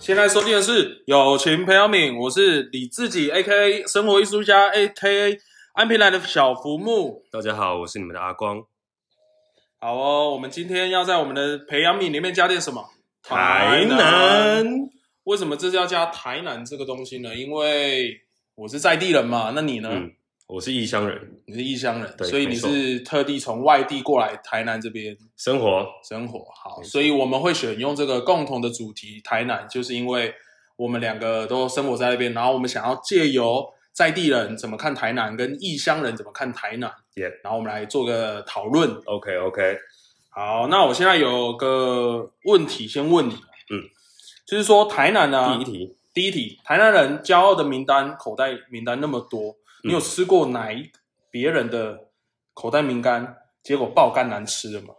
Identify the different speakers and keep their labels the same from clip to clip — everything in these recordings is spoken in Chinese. Speaker 1: 现在收听的是《友情培养皿》，我是李自己 A K A 生活艺术家 A K A 安平来的小福木。
Speaker 2: 大家好，我是你们的阿光。
Speaker 1: 好哦，我们今天要在我们的培养皿里面加点什么？
Speaker 2: 台南，
Speaker 1: 为什么这是要加台南这个东西呢？因为我是在地人嘛，那你呢？
Speaker 2: 嗯，我是异乡人，
Speaker 1: 你是异乡人，
Speaker 2: 对
Speaker 1: 所以你
Speaker 2: 没错
Speaker 1: 是特地从外地过来台南这边
Speaker 2: 生活
Speaker 1: 生活。好，
Speaker 2: 没错
Speaker 1: 所以我们会选用这个共同的主题台南，就是因为我们两个都生活在那边，然后我们想要借由在地人怎么看台南，跟异乡人怎么看台南，
Speaker 2: 耶。
Speaker 1: 然后我们来做个讨论。
Speaker 2: OK OK，
Speaker 1: 好，那我现在有个问题先问你，
Speaker 2: 嗯，
Speaker 1: 就是说台南呢、
Speaker 2: 第一题，
Speaker 1: 第一题，台南人骄傲的名单口袋名单那么多，
Speaker 2: 嗯
Speaker 1: 你有吃过哪一别人的口袋名单，结果爆肝难吃的吗？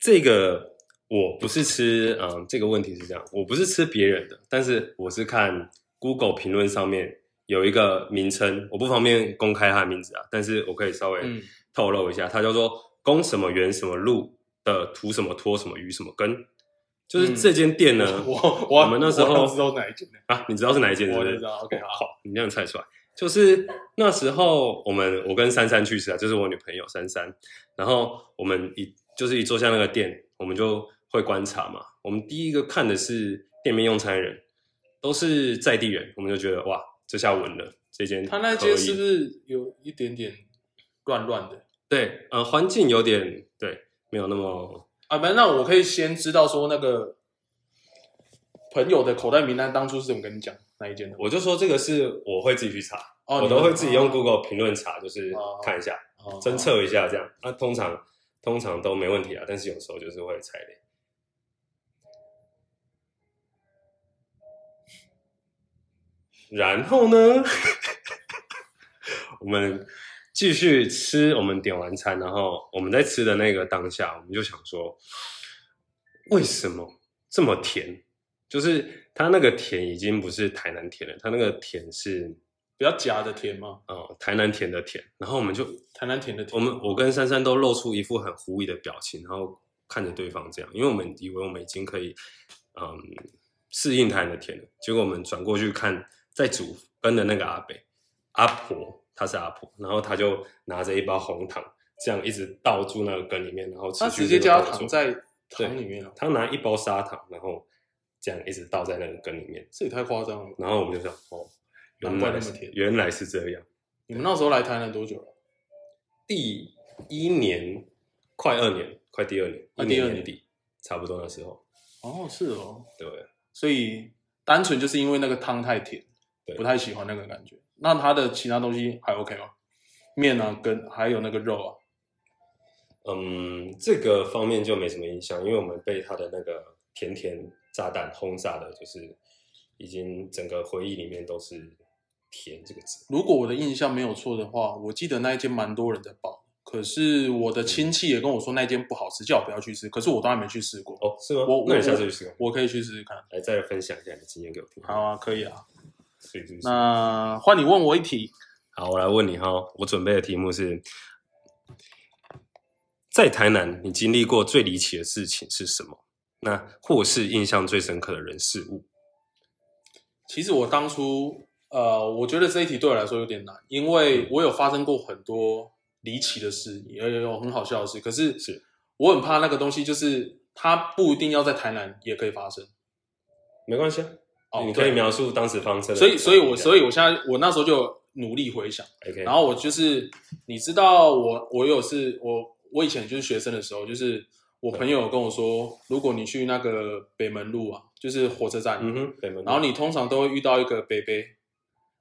Speaker 2: 这个我不是吃，嗯，这个问题是这样，我不是吃别人的，但是我是看 Google 评论上面有一个名称，我不方便公开它的名字啊，但是我可以稍微
Speaker 1: 嗯，
Speaker 2: 透露一下，它叫做“公什么园什么路的土什么托什么鱼什么根”，就是
Speaker 1: 嗯
Speaker 2: 这间店呢、
Speaker 1: 我我
Speaker 2: 我们那时候
Speaker 1: 我知道哪一间，
Speaker 2: 啊，你知道是哪一间是不
Speaker 1: 我
Speaker 2: 是？
Speaker 1: 知道，OK，好，
Speaker 2: 好，你这样猜出来，就是那时候我们我跟珊珊去吃啊，就是我女朋友珊珊，然后我们一就是一坐下那个店，我们就会观察嘛。我们第一个看的是店面用餐人，都是在地人，我们就觉得哇，这下稳了，这间
Speaker 1: 他那
Speaker 2: 可
Speaker 1: 间
Speaker 2: 以
Speaker 1: 是不是有一点点乱乱的
Speaker 2: 对，呃，环境有点对，没有那么
Speaker 1: 啊？不，那我可以先知道说那个朋友的口袋名单当初是怎么跟你讲哪一间的？
Speaker 2: 我就说这个是我会自己去查，
Speaker 1: 哦
Speaker 2: 我都会自己用
Speaker 1: 你们
Speaker 2: Google 评论查，就是
Speaker 1: 哦
Speaker 2: 看一下。
Speaker 1: 哦
Speaker 2: 侦测一下这样。那、通常通常都没问题啊，但是有时候就是会踩雷。然后呢， 我们继续吃，我们点完餐，然后我们在吃的那个当下，我们就想说，为什么这么甜？就是它那个甜已经不是台南甜了，它那个甜是
Speaker 1: 比较假的甜吗？
Speaker 2: 呃台南甜的甜。然后我们就
Speaker 1: 台南甜的
Speaker 2: 我
Speaker 1: 甜，
Speaker 2: 们我跟珊珊都露出一副很狐疑的表情，然后看着对方这样，因为我们以为我们已经可以嗯适应台南的甜了，结果我们转过去看在煮跟的那个阿北阿婆，她是阿婆，然后她就拿着一包红糖，这样一直倒注那个羹里面，然后持
Speaker 1: 他
Speaker 2: 续
Speaker 1: 直接
Speaker 2: 这个
Speaker 1: 加
Speaker 2: 动
Speaker 1: 糖
Speaker 2: 作，
Speaker 1: 在
Speaker 2: 对
Speaker 1: 糖里面了，
Speaker 2: 她拿一包砂糖，然后这样一直倒在那个羹里面，
Speaker 1: 这也太夸张了。
Speaker 2: 然后我们就想哦，原
Speaker 1: 难怪
Speaker 2: 来
Speaker 1: 那么
Speaker 2: 是
Speaker 1: 甜
Speaker 2: 原来是这样。
Speaker 1: 你们那时候来台南多久了？
Speaker 2: 第一年，快二年，快第二年，
Speaker 1: 快
Speaker 2: 一
Speaker 1: 第二
Speaker 2: 年
Speaker 1: 年
Speaker 2: 年底，差不多那时候，
Speaker 1: 哦，是哦，
Speaker 2: 对，
Speaker 1: 所以单纯就是因为那个汤太甜，
Speaker 2: 对
Speaker 1: 不太喜欢那个感觉。那它的其他东西还 OK 吗？面啊，跟还有那个肉啊，
Speaker 2: 嗯，这个方面就没什么印象，因为我们被他的那个甜甜炸弹轰炸的，就是已经整个回忆里面都是甜这个字。
Speaker 1: 如果我的印象没有错的话，我记得那一间蛮多人在报，可是我的亲戚也跟我说那间不好吃，叫我不要去吃，可是我都还没去试过。
Speaker 2: 哦，是吗？
Speaker 1: 我
Speaker 2: 那
Speaker 1: 我
Speaker 2: 你下次去试看，
Speaker 1: 我可以去试试看。
Speaker 2: 来哎再分享一下你的经验给我听。
Speaker 1: 好，啊，可以啊。
Speaker 2: 所以就是
Speaker 1: 那换你问我一题，
Speaker 2: 好，我来问你哈，我准备的题目是，在台南你经历过最离奇的事情是什么？那或是印象最深刻的人事物？
Speaker 1: 其实我当初，呃，我觉得这一题对我来说有点难，因
Speaker 2: 嗯
Speaker 1: 为我有发生过很多离奇的事，也有很好笑的事。可是，
Speaker 2: 是
Speaker 1: 我很怕那个东西，就是它不一定要在台南也可以发生。
Speaker 2: 没关系啊，
Speaker 1: 哦，
Speaker 2: 你可以
Speaker 1: 对。
Speaker 2: 描述当时发生的
Speaker 1: 所以，所以我，所
Speaker 2: 以
Speaker 1: 以我现在，我那时候就有努力回想，
Speaker 2: OK，
Speaker 1: 然后我就是，你知道我，我有是，我我以前就是学生的时候，就是我朋友有跟我说，如果你去那个北门路啊，就是火车站，
Speaker 2: 嗯哼，对，没问题
Speaker 1: 然后你通常都会遇到一个北北，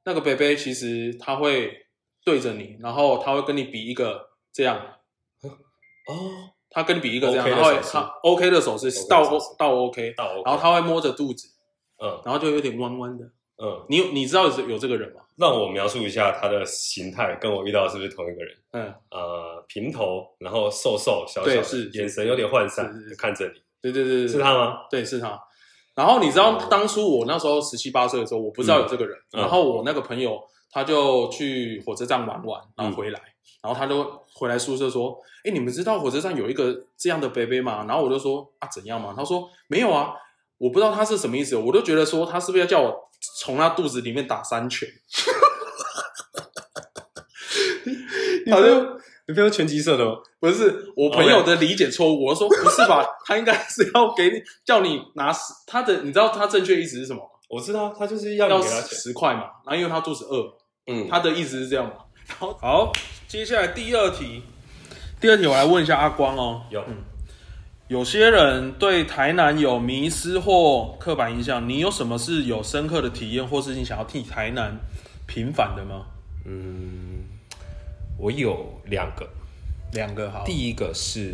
Speaker 1: 那个北北其实他会对着你，然后他会跟你比一个这样，
Speaker 2: 哦，
Speaker 1: 他跟你比一个这样，
Speaker 2: OK 的
Speaker 1: 然后
Speaker 2: 手势
Speaker 1: 他 OK 的手势
Speaker 2: OK 的
Speaker 1: 到
Speaker 2: 手势
Speaker 1: 到 OK，
Speaker 2: 到 OK
Speaker 1: 然后他会摸着肚子，
Speaker 2: 嗯
Speaker 1: 然后就有点弯弯的。
Speaker 2: 嗯，
Speaker 1: 你有你知道有有这个人吗？
Speaker 2: 让我描述一下他的形态，跟我遇到的是不是同一个人？
Speaker 1: 嗯，
Speaker 2: 呃，平头，然后瘦瘦小小
Speaker 1: 对
Speaker 2: 的，
Speaker 1: 是
Speaker 2: 眼神有点涣散
Speaker 1: 是是是，
Speaker 2: 看着你，
Speaker 1: 对对对对，
Speaker 2: 是，他吗？
Speaker 1: 对是他。然后你知道当初我那时候十七八岁的时候，我不知道有这个人，
Speaker 2: 哦嗯
Speaker 1: 然后我那个朋友他就去火车站玩玩，然后回
Speaker 2: 嗯
Speaker 1: 来，然后他就回来宿舍说：“哎，你们知道火车站有一个这样的北北吗？”然后我就说：“啊，怎样嘛？”他说：“没有啊，我不知道他是什么意思，我都觉得说他是不是要叫我从他肚子里面打三拳？
Speaker 2: 你
Speaker 1: 好
Speaker 2: 朋
Speaker 1: 像
Speaker 2: 友，你朋友拳击社的哦吗？
Speaker 1: 不是我朋友的理解错误，我说不是吧？ 他应该是要给你叫你拿十，他的你知道他正确意思是什么吗？
Speaker 2: 我知道，他就是要
Speaker 1: 要
Speaker 2: 你给他钱。
Speaker 1: 十块嘛，然后因为他肚子饿嘛，
Speaker 2: 嗯，
Speaker 1: 他的意思是这样嘛。然后好，接下来第二题，第二题我来问一下阿光哦，
Speaker 2: 有
Speaker 1: 有些人对台南有迷失或刻板印象，你有什么是有深刻的体验，或是你想要替台南平反的吗？
Speaker 2: 嗯，我有两个，
Speaker 1: 两个好，
Speaker 2: 第一个是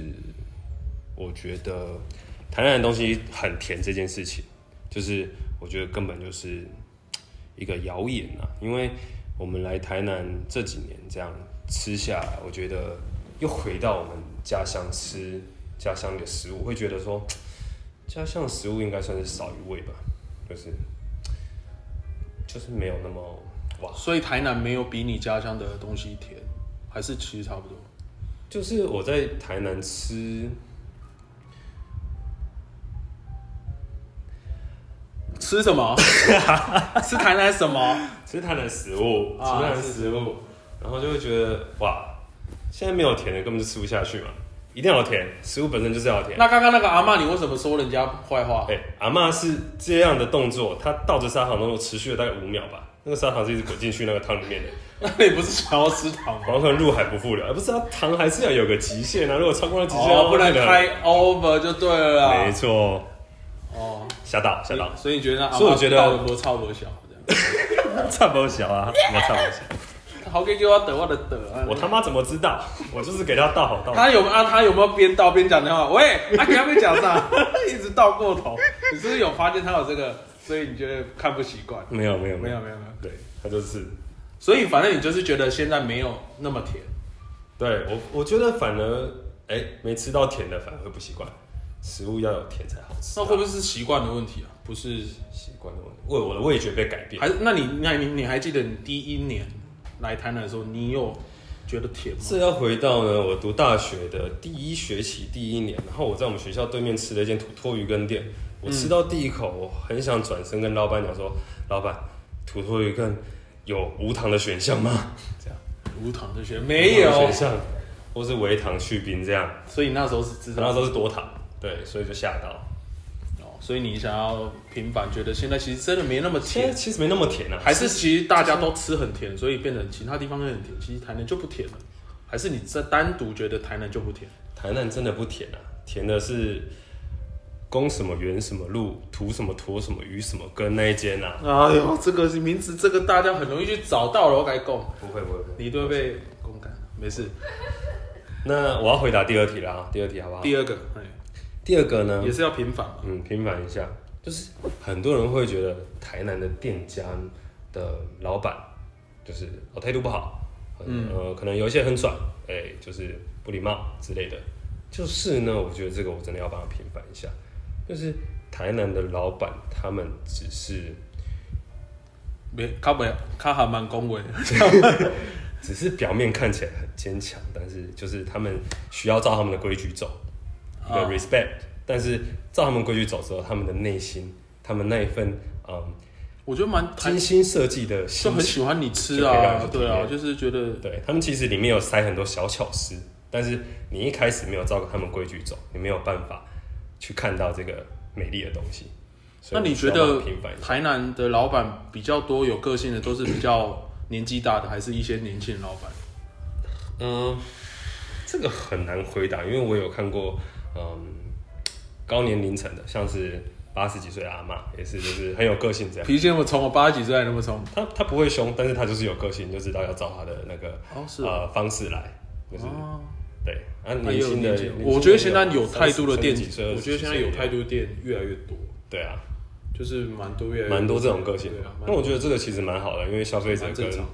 Speaker 2: 我觉得台南的东西很甜这件事情，就是我觉得根本就是嘖一个谣言啊，因为我们来台南这几年这样吃下来，我觉得又回到我们家乡吃家乡的食物，会觉得说嘖家乡的食物应该算是少一味吧，就是嘖就是没有那么哇
Speaker 1: 所以台南没有比你家乡的东西甜，还是其实差不多。
Speaker 2: 就是我在台南吃，
Speaker 1: 吃什么？吃台南什么？
Speaker 2: 吃台南食物，吃
Speaker 1: 啊
Speaker 2: 台南食物，然后就会觉得哇，现在没有甜的根本就吃不下去嘛，一定要有甜，食物本身就是要有甜。
Speaker 1: 那刚刚那个阿嬷，你为什么说人家坏话？
Speaker 2: 哎、阿嬷是这样的动作，她倒着砂糖动作持续了大概五秒吧，那个砂糖是一直滚进去那个汤里面的，
Speaker 1: 那 你不是想要吃糖吗？
Speaker 2: 然后可能入海不复流，哎不是啊，糖还是要有个极限啊，如果超过了极限，
Speaker 1: 哦，不能
Speaker 2: 那个
Speaker 1: 开 over 就对了
Speaker 2: 没
Speaker 1: 啦。
Speaker 2: 错，
Speaker 1: 哦，
Speaker 2: 吓到吓到，
Speaker 1: 所以你觉得那阿
Speaker 2: 所以我
Speaker 1: 嬷
Speaker 2: 觉得
Speaker 1: 道德多超多小这样？
Speaker 2: 差不多小啊，我差不多小，
Speaker 1: 好给就要得我的得啊。
Speaker 2: 我他妈怎么知道？我就是给他倒好倒好。
Speaker 1: 他有啊？他有没有边倒边讲电话？喂，阿给他没讲 上，一直倒过头。你是不是有发现他有这个？所以你觉得看不习惯？
Speaker 2: 没有没 有
Speaker 1: 没有，没有没有。
Speaker 2: 对他就是
Speaker 1: 所以反正你就是觉得现在没有那么甜。
Speaker 2: 对我，我觉得反而哎、没吃到甜的反而会不习惯，食物要有甜才好吃、
Speaker 1: 那会不会是习惯的问题啊？不是，
Speaker 2: 习惯的问题？为我的味觉被改变
Speaker 1: 还，是那你那你你还记得你第一年来台南的时候，你有觉得甜吗？
Speaker 2: 这要回到呢，我读大学的第一学期第一年，然后我在我们学校对面吃了一间土托鱼羹店，我吃到第一口，我很想转身跟老板讲说，老板，土托鱼羹有无糖的选项吗？这样
Speaker 1: 无糖的学没
Speaker 2: 无糖的
Speaker 1: 有
Speaker 2: 选，项，或是微糖去冰这样，
Speaker 1: 所以那时候是知
Speaker 2: 然后那
Speaker 1: 道
Speaker 2: 时候是多糖，对，所以就吓到。
Speaker 1: 哦，所以你想要平反，觉得现在其实真的没那么
Speaker 2: 其实
Speaker 1: 甜，
Speaker 2: 其实没那么甜啊，
Speaker 1: 还是其实大家都吃很甜，所以变成其他地方也很甜，其实台南就不甜了，还是你这单独觉得台南就不甜？
Speaker 2: 台南真的不甜啊，甜的是公什么园什么路，土什么土什么鱼什么根那一间啊。
Speaker 1: 哎呦，这个名字这个大家很容易去找到了，我该供
Speaker 2: 不会不会不会。
Speaker 1: 你都会被公干，没事。
Speaker 2: 那我要回答第二题了啊，第二题好不好？
Speaker 1: 第二个，哎，
Speaker 2: 第二个呢
Speaker 1: 也，是要平反嘛。
Speaker 2: 嗯，平反一下，就是很多人会觉得台南的店家的老板就是哦态度不好，嗯呃，可能有一些很拽，哎、就是不礼貌之类的。就是呢，我觉得这个我真的要帮他平反一下，就是台南的老板他们只是
Speaker 1: 没，他没，他还蛮恭 维。
Speaker 2: 只是表面看起来很坚强，但是就是他们需要照他们的规矩走，一个
Speaker 1: 啊
Speaker 2: respect、但是照他们规矩走之后，他们的内心，他们那一份嗯
Speaker 1: 我觉得蛮
Speaker 2: 精心设计的
Speaker 1: 就
Speaker 2: 心
Speaker 1: 很
Speaker 2: 情，
Speaker 1: 喜欢你吃
Speaker 2: 就可以让
Speaker 1: 啊
Speaker 2: 你，
Speaker 1: 对啊，
Speaker 2: 体验
Speaker 1: 就是觉得
Speaker 2: 对他们其实里面有塞很多小巧思，但是你一开始没有照他们规矩走，你没有办法去看到这个美丽的东西。所
Speaker 1: 那
Speaker 2: 以
Speaker 1: 你觉
Speaker 2: 我需要帮
Speaker 1: 得
Speaker 2: 他平凡一下？
Speaker 1: 台南的老板比较多有个性的，都是比较年纪大的，还是一些年轻人老板？
Speaker 2: 嗯，这个很难回答，因为我有看过，嗯，高年龄层的，像是八十几岁的阿妈，也是就是很有个性这样。
Speaker 1: 脾气那么冲，我八十几岁还那么冲。
Speaker 2: 他他不会凶，但是他就是有个性，就知道要照他的那个、
Speaker 1: 哦，是啊。
Speaker 2: 呃方式来，就是、
Speaker 1: 哦
Speaker 2: 对。啊，
Speaker 1: 那也
Speaker 2: 年
Speaker 1: 有
Speaker 2: 轻的，
Speaker 1: 年轻
Speaker 2: 年
Speaker 1: 人
Speaker 2: 轻的
Speaker 1: 我觉得现在有
Speaker 2: 30
Speaker 1: 态度的店
Speaker 2: 30几岁，
Speaker 1: 我觉得现在有态，度的店越来越多，
Speaker 2: 20对啊，
Speaker 1: 就是蛮多越来越
Speaker 2: 蛮多这种个性
Speaker 1: 对啊。蛮
Speaker 2: 那我觉得这个其实蛮好的，因为消费者
Speaker 1: 蛮正
Speaker 2: 跟
Speaker 1: 常。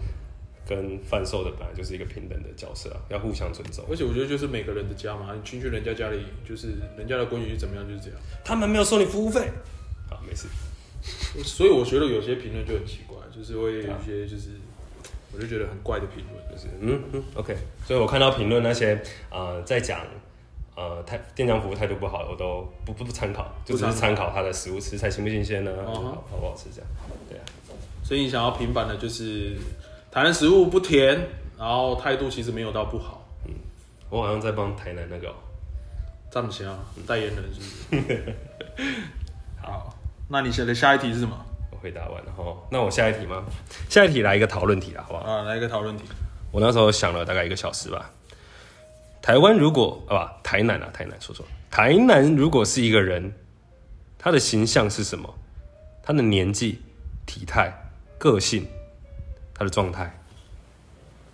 Speaker 2: 跟贩售的本来就是一个平等的角色啊，要互相尊重。
Speaker 1: 而且我觉得就是每个人的家嘛，你进去人家家里，就是人家的规矩是怎么样就是这样。
Speaker 2: 他们没有收你服务费，好，没事。
Speaker 1: 所以我觉得有些评论就很奇怪，就是会有一些就是，我就觉得很怪的评论，就是
Speaker 2: 嗯嗯，OK。所以我看到评论那些呃，在讲呃态店家服务态度不好，我都不不不参考，就只
Speaker 1: 不
Speaker 2: 是
Speaker 1: 参
Speaker 2: 参考它的食物食材新不新鲜呢、
Speaker 1: 嗯哼
Speaker 2: 好好不好吃这样。对啊，
Speaker 1: 所以你想要平反的就是台南食物不甜，然后态度其实没有到不好。
Speaker 2: 我好像在帮台南那个哦、
Speaker 1: 詹姆斯啊，代言人是不是？ 好，那你写的下一题是什么？
Speaker 2: 我回答完，然后那我下一题吗？下一题来一个讨论题啦，好不好？
Speaker 1: 啊，来一个讨论题。
Speaker 2: 我那时候想了大概一个小时吧。台湾如果啊不，台南啊，台南说错，台南如果是一个人，他的形象是什么？他的年纪、体态、个性、他的状态，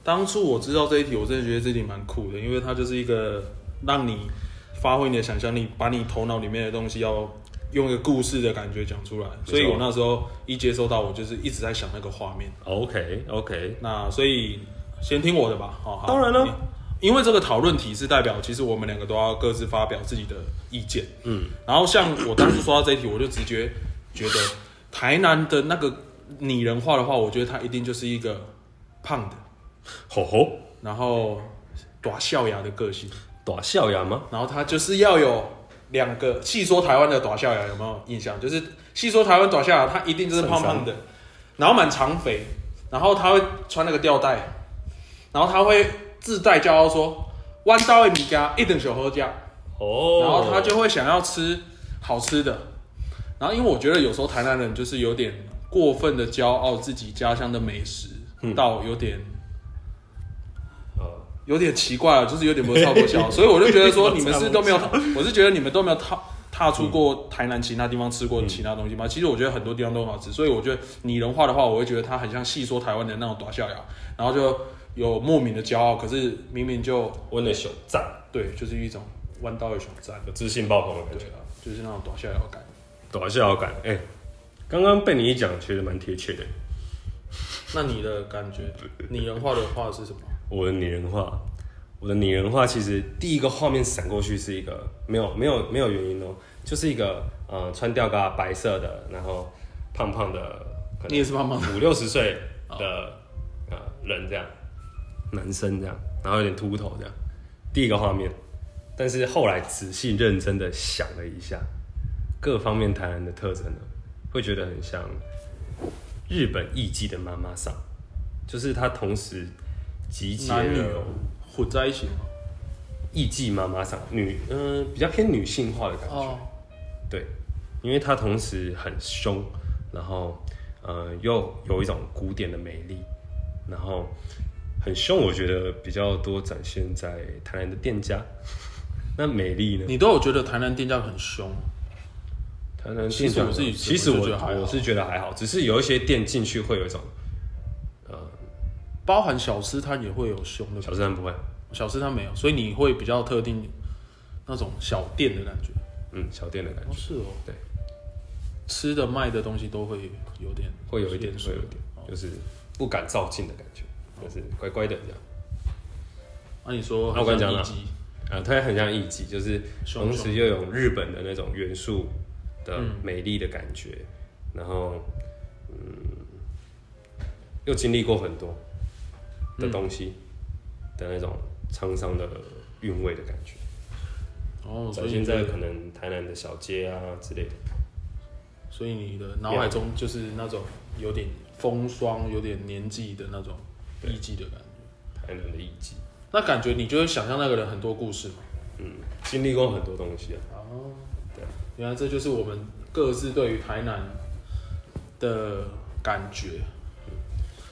Speaker 1: 当初我知道这一题，我真的觉得这题蛮酷的，因为它就是一个让你发挥你的想象力，把你头脑里面的东西要用一个故事的感觉讲出来。
Speaker 2: 错
Speaker 1: 所以我那时候一接收到，我就是一直在想那个画面。
Speaker 2: OK OK，
Speaker 1: 那所以先听我的吧，好好
Speaker 2: 当然了，
Speaker 1: 因为这个讨论题是代表，其实我们两个都要各自发表自己的意见。嗯，然后像我当初说到这一题，我就直觉觉得台南的那个拟人化的话，我觉得他一定就是一个胖的，
Speaker 2: 吼吼，
Speaker 1: 然后短笑牙的个性，
Speaker 2: 短笑牙吗？
Speaker 1: 然后他就是要有两个。细说台湾的短笑牙有没有印象？就是细说台湾短笑牙，他一定就是胖胖的，然后蛮长肥，然后他会穿那个吊带，然后他会自带骄傲说弯刀的米家一等小喝家，
Speaker 2: 哦
Speaker 1: 然后他就会想要吃好吃的。然后因为我觉得有时候台南人就是有点过分的骄傲自己家乡的美食，到有点
Speaker 2: 呃
Speaker 1: 有点奇怪了，就是有点不超不 笑，所以我就觉得说你们是都没有，我是觉得你们都没有踏踏出过台南其他地方吃过其他东西吗？其实我觉得很多地方都很好吃，所以我觉得拟人化的话，我会觉得它很像细说台湾的那种短笑牙，然后就有莫名的骄傲，可是明明就
Speaker 2: 温的熊赞，
Speaker 1: 对，就是一种弯刀的熊赞，
Speaker 2: 有自信爆棚的感
Speaker 1: 对
Speaker 2: 觉，
Speaker 1: 啊，就是那种短笑牙感。
Speaker 2: 短笑感，哎、刚刚被你一讲，其实蛮贴切的。
Speaker 1: 那你的感觉，拟人化的话是什么？
Speaker 2: 我的拟人化，我的拟人化其实第一个画面闪过去是一个没有没有没有原因哦，就是一个呃穿吊嘎白色的，然后胖胖的，可
Speaker 1: 你
Speaker 2: 能
Speaker 1: 也是胖胖的，
Speaker 2: 五六十岁的呃人这样，男生这样，然后有点秃头这样，第一个画面。但是后来仔细认真的想了一下，各方面台南的特征呢，会觉得很像日本艺妓的妈妈桑，就是她同时集结
Speaker 1: 男女
Speaker 2: 了
Speaker 1: 哦混在一起吗？
Speaker 2: 艺妓妈妈桑女，
Speaker 1: 呃
Speaker 2: 嗯、比较偏女性化的感觉。
Speaker 1: 哦，
Speaker 2: 对，因为她同时很凶，然后呃又有一种古典的美丽，然后很凶，我觉得比较多展现在台南的店家。 那美丽呢？
Speaker 1: 你都有觉得台南店家很凶，
Speaker 2: 台南
Speaker 1: 其
Speaker 2: 店
Speaker 1: 实
Speaker 2: 长
Speaker 1: 我自己吃
Speaker 2: 其实
Speaker 1: 我
Speaker 2: 我
Speaker 1: 就觉得还好
Speaker 2: 我是觉得还好，只是有一些店进去会有一种
Speaker 1: 包含小吃摊也会有凶的
Speaker 2: 小吃摊不会，
Speaker 1: 小吃摊没有，所以你会比较特定那种小店的感觉。
Speaker 2: 嗯，小店的感
Speaker 1: 哦，
Speaker 2: 觉
Speaker 1: 是哦，
Speaker 2: 对，
Speaker 1: 吃的卖的东西都会有点，
Speaker 2: 会有一点，会
Speaker 1: 是
Speaker 2: 有一点，就是不敢照进的感觉，就是乖乖的这样。
Speaker 1: 那、啊你说
Speaker 2: 那我跟你讲
Speaker 1: 很
Speaker 2: 啦
Speaker 1: 像一级
Speaker 2: 啊，它也很像艺妓，就是
Speaker 1: 凶
Speaker 2: 同时又有日本的那种元素的
Speaker 1: 嗯
Speaker 2: 美丽的感觉，然后嗯，又经历过很多的东西、的那种沧桑的韵味的感觉，
Speaker 1: 哦，所
Speaker 2: 展
Speaker 1: 以
Speaker 2: 现
Speaker 1: 你
Speaker 2: 在
Speaker 1: 的，
Speaker 2: 可能台南的小街啊之类的。
Speaker 1: 所以你的脑海中就是那种有点风霜、有点年纪的那种艺妓的感觉。
Speaker 2: 台南的艺妓，
Speaker 1: 那感觉你就会想象那个人很多故事嘛。
Speaker 2: 嗯，经历过很多东西啊。
Speaker 1: 哦，
Speaker 2: 对，
Speaker 1: 原来这就是我们各自对于台南的感觉。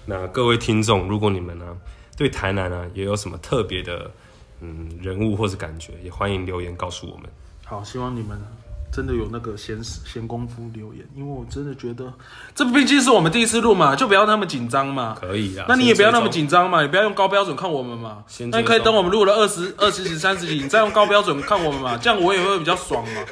Speaker 2: 那各位听众，如果你们呢、啊对台南呢、也有什么特别的嗯人物或是感觉，也欢迎留言告诉我们。
Speaker 1: 好，希望你们真的有那个闲时闲工夫留言，因为我真的觉得这毕竟是我们第一次录嘛，就不要那么紧张嘛。
Speaker 2: 可以啊，
Speaker 1: 那你也不要那么
Speaker 2: 紧。
Speaker 1: 紧张嘛，你不要用高标准看我们嘛
Speaker 2: 先。
Speaker 1: 那你
Speaker 2: 追
Speaker 1: 可以
Speaker 2: 踪
Speaker 1: 等我们录了二十二十集、三十集，你再用高标准看我们嘛，这样我也会比较爽嘛。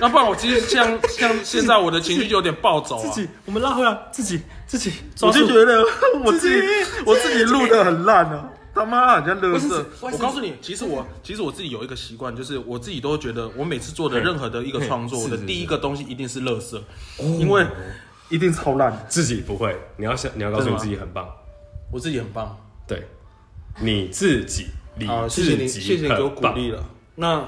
Speaker 1: 那不然我其实像像现在我的情绪有点暴 走啊，
Speaker 2: 己， 我们拉回来，自己自己
Speaker 1: 我就觉 得我自
Speaker 2: 自己
Speaker 1: 己我自己录的很烂啊，他妈好像乐
Speaker 2: 是
Speaker 1: 色。
Speaker 2: 不
Speaker 1: 我
Speaker 2: 是
Speaker 1: 告诉你，其实我其实我自己有一个习惯，就是我自己都觉得，我每次做的任何的一个创作，
Speaker 2: 嘿
Speaker 1: 我
Speaker 2: 是
Speaker 1: 的
Speaker 2: 是
Speaker 1: 第一个东西一定是乐色，因为哦一定超烂。
Speaker 2: 自己不会，你要想，你要告诉
Speaker 1: 真的
Speaker 2: 你
Speaker 1: 吗
Speaker 2: 自己很棒，
Speaker 1: 我自己很棒，啊
Speaker 2: 对，你自己，你
Speaker 1: 好，谢谢
Speaker 2: 自
Speaker 1: 你，
Speaker 2: 己
Speaker 1: 谢谢你给我
Speaker 2: 很
Speaker 1: 鼓
Speaker 2: 棒
Speaker 1: 励了。那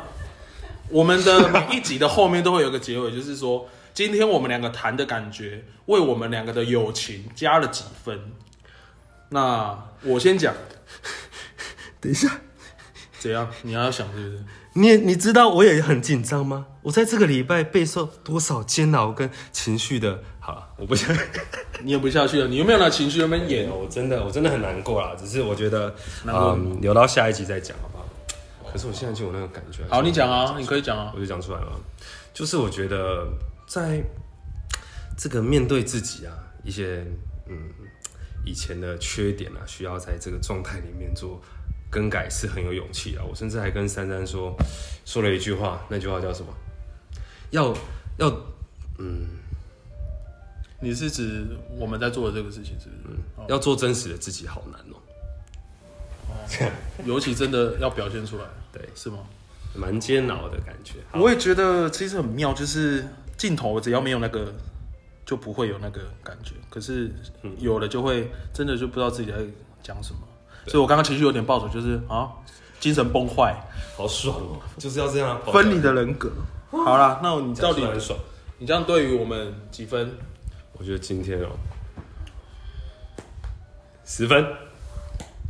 Speaker 1: 我们 的每一集的后面都会有个结尾，就是说今天我们两个谈的感觉，为我们两个的友情加了几分。那我先讲，
Speaker 3: 等一下，
Speaker 1: 怎样？你还要想是不是？
Speaker 3: 你你知道我也很紧张吗？我在这个礼拜备受多少煎熬跟情绪的？好了，我不想，
Speaker 1: 你演不下去了，你有没有拿情绪在那边 演？
Speaker 2: 我真的我真的很难过啦，只是我觉得，
Speaker 1: 难过
Speaker 2: 嗯，留到下一集再讲好不好？可是我现在就有那个感觉。
Speaker 1: 好，你讲啊，你可以讲啊。
Speaker 2: 我就讲出来了。就是我觉得
Speaker 3: 在
Speaker 2: 这个面对自己啊，一些嗯以前的缺点啊，需要在这个状态里面做更改是很有勇气啊。我甚至还跟珊珊说说了一句话，那句话叫什么？要要
Speaker 1: 你是指我们在做的这个事情是不是？好
Speaker 2: 要做真实的自己，好难哦、
Speaker 1: 尤其真的要表现出来，
Speaker 2: 嗯对，
Speaker 1: 是吗？
Speaker 2: 蛮煎熬的感觉。好
Speaker 1: 我也觉得其实很妙，就是镜头只要没有那个，就不会有那个感觉。可是
Speaker 2: 嗯
Speaker 1: 有了就会真的就不知道自己在讲什么。所以我刚刚情绪有点暴走，就是啊，精神崩坏，
Speaker 2: 好爽哦、就是要这样啊
Speaker 1: 分你的人格。好啦，那你
Speaker 2: 讲
Speaker 1: 到
Speaker 2: 出
Speaker 1: 底
Speaker 2: 来很爽。
Speaker 1: 你这样对于我们几分？
Speaker 2: 我觉得今天哦、十分，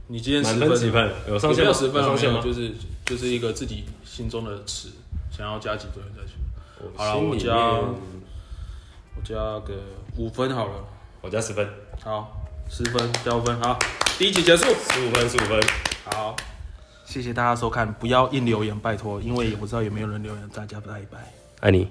Speaker 1: 你今天
Speaker 2: 满
Speaker 1: 十
Speaker 2: 分
Speaker 1: 分
Speaker 2: 几分？有上
Speaker 1: 有
Speaker 2: 线
Speaker 1: 没
Speaker 2: 吗？
Speaker 1: 有十分啊
Speaker 2: 有上线
Speaker 1: 没
Speaker 2: 吗
Speaker 1: 有？就是就是一个自己心中的尺，想要加几分再去。好啦
Speaker 2: 心
Speaker 1: 我
Speaker 2: 里
Speaker 1: 加
Speaker 2: 面
Speaker 1: 我加个五分好了，
Speaker 2: 我加十分，
Speaker 1: 好，十分加五分，好，第一集结束，
Speaker 2: 十五分，十五分。
Speaker 1: 好，谢谢大家收看，不要硬留言，拜托，因为也不知道有没有人留言，大家拜拜。
Speaker 2: 爱你。